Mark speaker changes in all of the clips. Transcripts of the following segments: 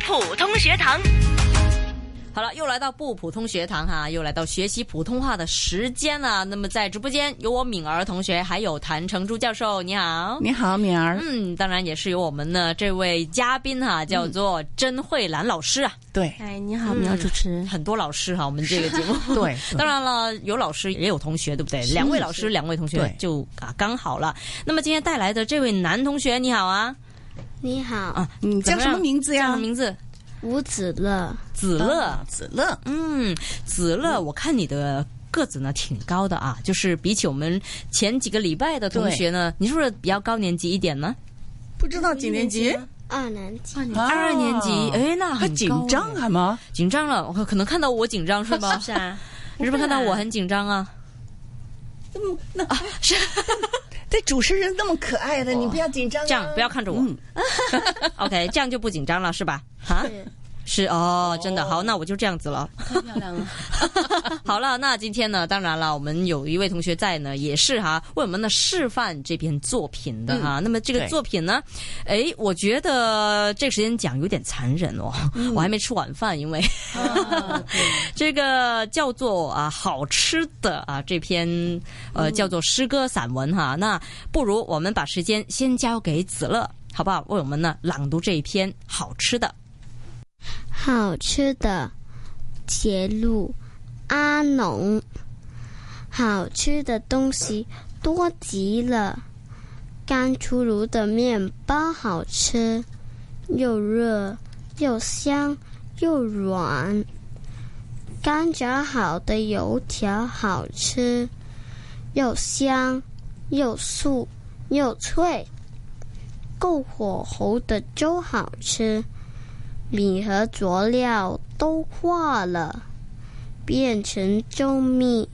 Speaker 1: 普通学堂。
Speaker 2: 好了，又来到不普通学堂哈，又来到学习普通话的时间了。那么在直播间有我敏儿同学，还有谭成珠教授，你好。
Speaker 3: 你好，敏儿。
Speaker 2: 嗯，当然也是有我们的这位嘉宾哈，叫做甄慧兰老师啊，
Speaker 3: 对
Speaker 4: 哎，你好，苗主持人。
Speaker 2: 很多老师哈，我们这个节目。
Speaker 3: 嗯 对，嗯
Speaker 2: 当然了，有老师也有同学，对不对？两位老师，两位同学
Speaker 3: 对
Speaker 2: 就啊刚好了。那么今天带来的这位男同学，你好啊
Speaker 4: 你好，
Speaker 2: 啊，
Speaker 3: 你
Speaker 2: 怎
Speaker 3: 叫什
Speaker 2: 样
Speaker 3: 么名字
Speaker 2: 叫什
Speaker 3: 呀
Speaker 2: 么？名字？
Speaker 4: 吴子乐。
Speaker 2: 子乐。
Speaker 3: 子乐。
Speaker 2: 嗯，子乐，我看你的个子呢挺高的啊，就是比起我们前几个礼拜的同学呢，你是不是比较高年级一点呢？
Speaker 3: 不知道几年级？
Speaker 4: 二年级，
Speaker 3: 啊
Speaker 2: 二年级，哎，那
Speaker 3: 还
Speaker 2: 很
Speaker 3: 紧
Speaker 2: 高哎
Speaker 3: 张，还吗？
Speaker 2: 紧张了，我可能看到我紧张是 吗？
Speaker 4: 是啊，
Speaker 2: 你是不是看到我很紧张啊？
Speaker 3: 这主持人那么可爱的，你不要紧张啊。
Speaker 2: 这样不要看着我、
Speaker 3: 嗯
Speaker 2: o k 这样就不紧张了是吧？啊，是哦，真的好，那我就这样子了。
Speaker 4: 太漂亮了。
Speaker 2: 好了，那今天呢，当然了，我们有一位同学在呢，也是哈为我们呢示范这篇作品的
Speaker 4: 嗯
Speaker 2: 哈。那么这个
Speaker 3: 对
Speaker 2: 作品呢，哎，我觉得这个时间讲有点残忍哦，
Speaker 4: 嗯
Speaker 2: 我还没吃晚饭，因为
Speaker 4: 啊
Speaker 2: 这个叫做啊好吃的啊这篇呃叫做诗歌散文哈。那不如我们把时间先交给子乐，好不好？为我们呢朗读这一篇好吃的。
Speaker 4: 好吃的节录，阿农，好吃的东西多极了，刚出炉的面包好吃，又热又香又软。刚炸好的油条好吃，又香又酥又脆。够火候的粥好吃。米和佐料都化了，变成粥蜜。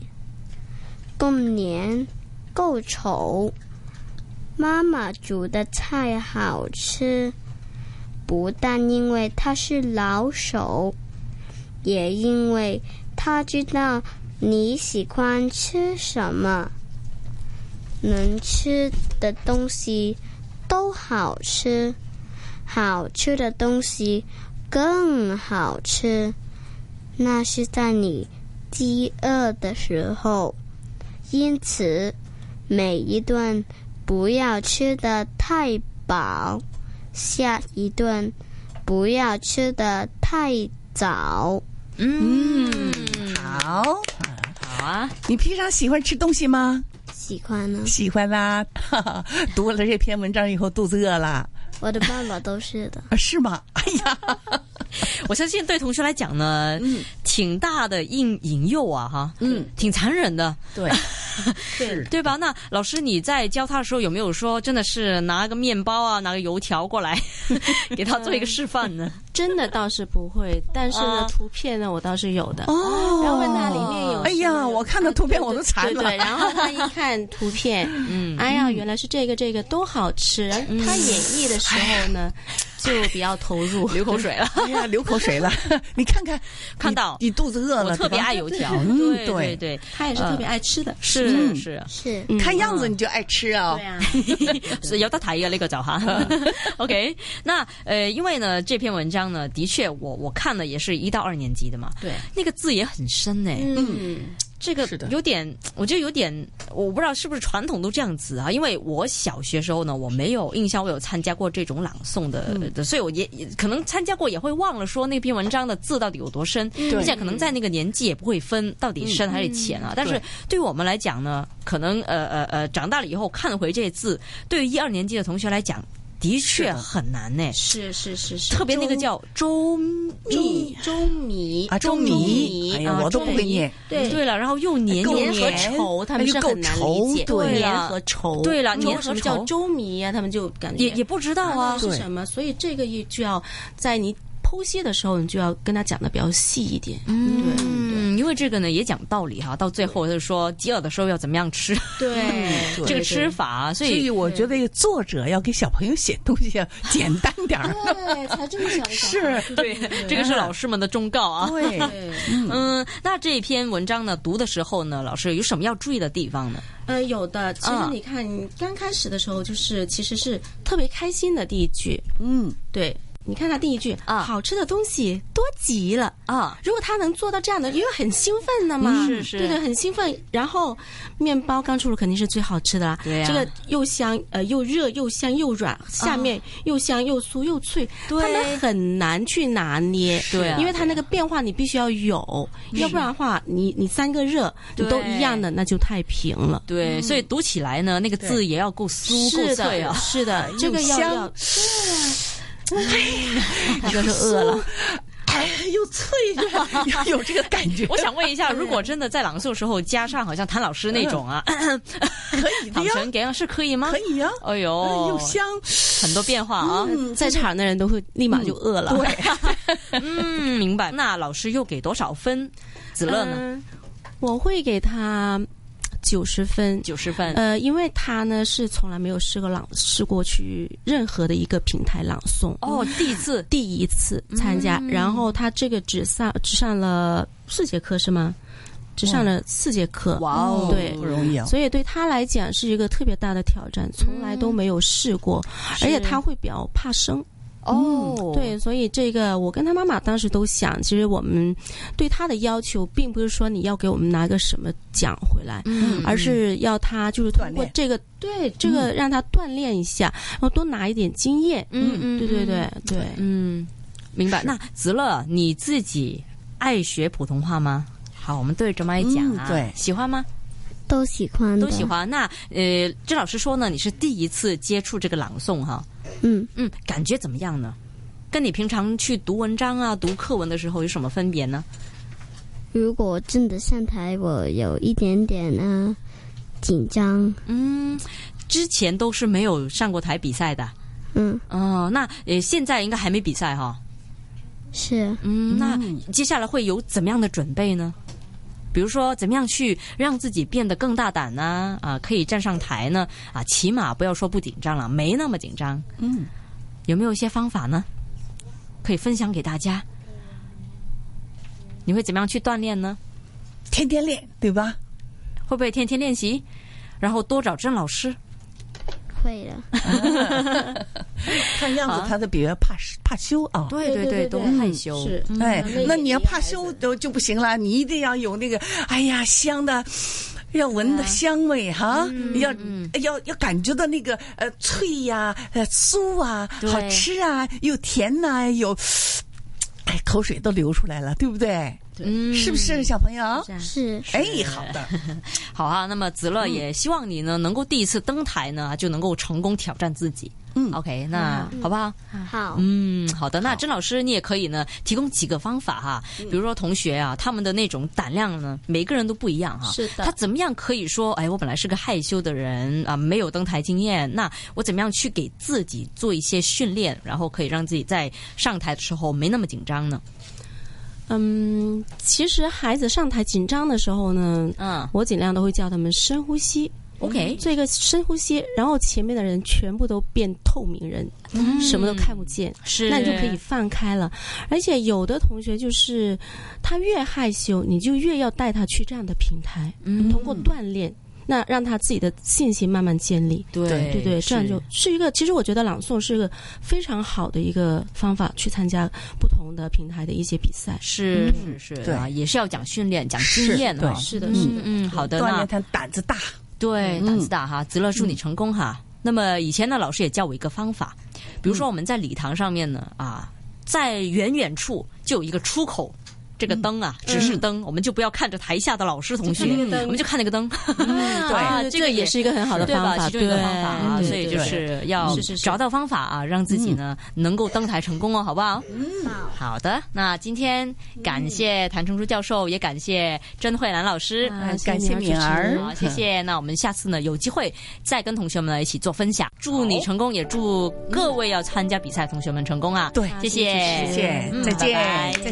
Speaker 4: 共年够稠，妈妈煮的菜好吃，不但因为她是老手，也因为她知道你喜欢吃什么。能吃的东西都好吃，好吃的东西更好吃。那是在你饥饿的时候，因此每一顿不要吃的太饱，下一顿不要吃的太早。
Speaker 2: 嗯，
Speaker 3: 好，
Speaker 2: 好啊，
Speaker 3: 你平常喜欢吃东西吗？
Speaker 4: 喜欢呢，
Speaker 3: 喜欢啦。 哈哈读了这篇文章以后，肚子饿了。。
Speaker 4: 我的爸爸都是的
Speaker 3: 啊，是吗？哎呀，
Speaker 2: 我相信对同学来讲呢，挺大的引引诱啊，哈，嗯，挺残忍的，
Speaker 3: 对，是
Speaker 2: 对吧？那老师你在教他的时候，有没有说真的是拿个面包啊，拿个油条过 来给他做一个示范呢？
Speaker 5: 真的倒是不会，但是
Speaker 2: 啊
Speaker 5: 呢，图片呢我倒是有的。
Speaker 3: 哦
Speaker 5: 然后问他里面有，
Speaker 3: 哎呀，我看到图片我都馋了。
Speaker 5: 对对，然后他一看图片， 嗯，哎呀，原来是这个这个都好吃。然后他演绎的时候 呢，就比较投入，
Speaker 2: 流口水了，
Speaker 3: 哎呀，流口水了。 你看看，
Speaker 2: 看到
Speaker 3: 你你肚子饿
Speaker 2: 我
Speaker 3: 了，
Speaker 2: 特别
Speaker 3: 对吧
Speaker 2: 爱油 条，
Speaker 3: 嗯
Speaker 2: 对嗯对
Speaker 3: 对
Speaker 2: 对，
Speaker 5: 他也是特别爱吃的。嗯
Speaker 2: 是是。
Speaker 4: 是
Speaker 3: 看样子你就爱吃啊
Speaker 5: 对。啊，
Speaker 2: 是有得睇嘅呢个 就吓。OK，那呃，因为呢这篇文章呢，的确我我看了也是一到二年级的嘛，
Speaker 3: 对，
Speaker 2: 那个字也很深呢、
Speaker 5: 嗯，
Speaker 2: 这个
Speaker 3: 是的
Speaker 2: 有点，我觉得有点，我不知道是不是传统都这样子啊？因为我小学时候呢，我没有印象，我有参加过这种朗诵的，的所以我也也可能参加过，也会忘了说那篇文章的字到底有多深，而且可能在那个年纪也不会分到底深还是浅啊。但是对于我们来讲呢，可能呃呃呃，长大了以后看回这些字，对于一二年级的同学来讲，的确很难呢、
Speaker 5: 是是是是，
Speaker 2: 特别那个叫周密。
Speaker 5: 粥米啊
Speaker 3: 啊，粥米，哎呀，我都不会。念。
Speaker 5: 对
Speaker 2: 对了，然后又黏又
Speaker 5: 黏和
Speaker 2: 黏
Speaker 5: 稠，他们
Speaker 3: 哎
Speaker 5: 是
Speaker 3: 呦
Speaker 5: 很难
Speaker 3: 够稠
Speaker 5: 理解。
Speaker 3: 对
Speaker 5: 黏
Speaker 2: 了
Speaker 5: 和稠，
Speaker 2: 对了
Speaker 5: 你
Speaker 2: 黏和
Speaker 5: 为嗯什么叫
Speaker 2: 稠
Speaker 5: 粥米呀？他们就感觉
Speaker 2: 也也不知道啊
Speaker 5: 那，是什么？所以这个也就要在你剖析的时候，你就要跟他讲的比较细一点。
Speaker 2: 嗯，因为这个呢也讲道理哈，到最后就是说饥饿的时候要怎么样吃，
Speaker 5: 嗯对
Speaker 2: 这个吃法，啊所
Speaker 3: 所以
Speaker 2: 以
Speaker 3: 我觉得作者要给小朋友写东西要啊简单点儿。
Speaker 5: 对，才这么想的。
Speaker 3: 是，
Speaker 2: 对，这个是老师们的忠告啊。
Speaker 3: 对，
Speaker 2: 嗯，那这篇文章呢，读的时候呢，老师有什么要注意的地方呢？
Speaker 5: 呃，有的。其实
Speaker 2: 嗯
Speaker 5: 你看，刚开始的时候就是其实是特别开心的第一句，
Speaker 3: 嗯，
Speaker 5: 对，你看他第一句
Speaker 2: 啊
Speaker 5: 好吃的东西多极了。
Speaker 2: 啊，
Speaker 5: 如果他能做到这样的，因为很兴奋的嘛，
Speaker 2: 嗯是是
Speaker 5: 对对，很兴奋。然后面包刚出炉肯定是最好吃的啦，
Speaker 2: 对呀
Speaker 5: 这个又香呃又热又香又软，下面又香又酥又脆，
Speaker 2: 啊对
Speaker 5: 他们很难去拿捏，
Speaker 2: 对啊
Speaker 5: 因为它那个变化你必须要有，要不然的话你你三个热你
Speaker 2: 对
Speaker 5: 都一样的，那就太平了。
Speaker 2: 对，所以读起来呢，那个字也要够酥够
Speaker 5: 是
Speaker 2: 脆
Speaker 5: 的，
Speaker 2: 啊。
Speaker 5: 是的，这个要
Speaker 3: 香
Speaker 5: 要，
Speaker 2: 哎
Speaker 5: 对啊，哎呀，啊是饿了。
Speaker 3: 哎呀，又脆又 有这个感觉，
Speaker 2: 我想问一下，如果真的在朗诵的时候加上好像谭老师那种啊，
Speaker 3: 可 以的
Speaker 2: 躺
Speaker 3: 哎呀，
Speaker 2: 成给样啊是可以吗
Speaker 3: 可？以呀，
Speaker 2: 哎
Speaker 3: 嗯
Speaker 2: 呦
Speaker 3: 又，香，
Speaker 2: 很多变化啊。
Speaker 5: 在场的人都会立马就饿了。
Speaker 2: 嗯，明白。那老师又给多少分？子乐呢？
Speaker 5: 嗯我会给他九十分。
Speaker 2: 九十分。
Speaker 5: 呃，因为他呢是从来没有试过朗试过去任何的一个平台朗诵，
Speaker 2: 哦，第一次
Speaker 5: 第一次参加，
Speaker 2: 嗯
Speaker 5: 然后他这个只上只上了四节课是吗？只上了四节课，
Speaker 2: 哇哦
Speaker 5: 对
Speaker 3: 不。容易啊。
Speaker 5: 所以对他来讲是一个特别大的挑战，从来
Speaker 2: 嗯
Speaker 5: 都没有试过，而且他会比较怕生，
Speaker 2: 哦，
Speaker 5: 嗯对，所以这个我跟他妈妈当时都想，其实我们对他的要求，并不是说你要给我们拿个什么奖回来，
Speaker 2: 嗯，
Speaker 5: 而是要他就是通
Speaker 3: 锻
Speaker 5: 过
Speaker 3: 炼
Speaker 5: 这个对这个让他锻炼一下，然后多拿一点经验。
Speaker 2: 嗯嗯
Speaker 5: 对对对对，
Speaker 2: 嗯，明白。那子乐，你自己爱学普通话吗？好，我们对着麦讲啊，
Speaker 3: 嗯对
Speaker 2: 喜欢吗？
Speaker 4: 都喜欢的，
Speaker 2: 都喜。欢。那呃，郑老师说呢，你是第一次接触这个朗诵哈，
Speaker 4: 嗯，
Speaker 2: 嗯，感觉怎么样呢？跟你平常去读文章啊、读课文的时候有什么分别呢？
Speaker 4: 如果真的上台，我有一点点啊紧张。
Speaker 2: 嗯，之前都是没有上过台比赛的，
Speaker 4: 嗯，
Speaker 2: 哦，那呃，现在应该还没比赛哈，
Speaker 4: 是
Speaker 2: 嗯，那接下来会有怎么样的准备呢？比如说，怎么样去让自己变得更大胆呢？啊，可以站上台呢？啊，起码不要说不紧张了，没那么紧张。嗯，有没有一些方法呢？可以分享给大家？你会怎么样去锻炼呢？
Speaker 3: 天天练，对吧？
Speaker 2: 会不会天天练习？然后多找郑老师？
Speaker 4: 会了。
Speaker 2: 嗯
Speaker 3: 看样子
Speaker 2: 啊
Speaker 3: 他的比较怕怕羞啊。
Speaker 2: 对对对，嗯都害羞。
Speaker 5: 是
Speaker 3: 哎，那你要
Speaker 5: 女孩
Speaker 3: 怕羞就就不行了，你一定要有那个，哎呀，香的，要闻的香味哈，要要要感觉到那个呃脆呀、呃酥啊，
Speaker 2: 对
Speaker 3: 好吃啊，又甜呐、有，哎，口水都流出来了，对不对？
Speaker 2: 嗯
Speaker 3: 是不是小朋友？
Speaker 5: 是啊
Speaker 4: 是
Speaker 3: 哎，好的，
Speaker 2: 好啊，那么子乐也希望你呢，能够第一次登台呢，就能够成功挑战自己。
Speaker 3: 嗯
Speaker 2: ，OK，那好不好？
Speaker 4: 好，
Speaker 2: 嗯，好的。那甄老师，你也可以呢，提供几个方法哈，
Speaker 5: 嗯
Speaker 2: 比如说同学啊，他们的那种胆量呢，每个人都不一样
Speaker 3: 啊
Speaker 2: 哈。
Speaker 5: 是的
Speaker 2: 他怎么样可以说，哎，我本来是个害羞的人啊，没有登台经验，那我怎么样去给自己做一些训练，然后可以让自己在上台的时候没那么紧张呢？
Speaker 5: 嗯，其实孩子上台紧张的时候呢，
Speaker 2: 嗯
Speaker 5: 我尽量都会叫他们深呼吸。
Speaker 2: ，OK，
Speaker 5: 做一个深呼吸，然后前面的人全部都变透明人，嗯什么都看不见，
Speaker 2: 嗯是
Speaker 5: 那你就可以放开了。而且有的同学就是他越害羞，你就越要带他去这样的平台，通过锻炼，那让他自己的信心慢慢建立。
Speaker 2: 对
Speaker 3: 对
Speaker 5: 对对，这样就是是一个。其实我觉得朗诵是一个非常好的一个方法，去参加不同的平台的一些比赛。
Speaker 2: 是是是
Speaker 3: 对
Speaker 2: 啊，也是要讲训练、讲
Speaker 3: 是
Speaker 2: 经验哈。
Speaker 3: 对
Speaker 5: 嗯是的，是
Speaker 2: 嗯
Speaker 5: 的，
Speaker 2: 嗯，好的，
Speaker 3: 锻
Speaker 2: 那
Speaker 3: 炼他胆子大，
Speaker 2: 对，胆
Speaker 5: 嗯
Speaker 2: 子大哈，子乐祝你成功哈。那么以前呢，老师也教我一个方法，比如说
Speaker 5: 嗯
Speaker 2: 我们在礼堂上面呢，啊，在远远处就有一个出口。这
Speaker 5: 嗯
Speaker 2: 个灯啊，指示灯，我们就不要看着台下的老师同学，我们就看那个 灯， 啊这
Speaker 5: 对嗯这
Speaker 2: 个
Speaker 5: 个
Speaker 2: 也
Speaker 5: 也是一个很好的
Speaker 2: 对
Speaker 5: 方
Speaker 2: 吧？
Speaker 5: 法，
Speaker 2: 其中一个
Speaker 5: 对
Speaker 2: 方法啊，
Speaker 5: 对
Speaker 2: 所以
Speaker 5: 对
Speaker 2: 就
Speaker 5: 对
Speaker 2: 是要
Speaker 5: 是是嗯是
Speaker 2: 找到方法啊，让自己呢能够登台成功哦，好不好？
Speaker 5: 嗯
Speaker 4: 好，
Speaker 2: 好的，那今天感谢谭成珠教授，也感谢甄慧兰老师，
Speaker 5: 啊
Speaker 3: 感谢敏
Speaker 5: 敏儿
Speaker 3: 儿
Speaker 2: 好，嗯谢谢。那我们下次呢，有机会再跟同学们一起做分享。祝你成功，也祝各位要参加比赛的同学们成功啊！
Speaker 3: 对，
Speaker 2: 谢谢，
Speaker 3: 谢谢
Speaker 2: 嗯
Speaker 3: 再见
Speaker 2: 拜拜
Speaker 3: 再见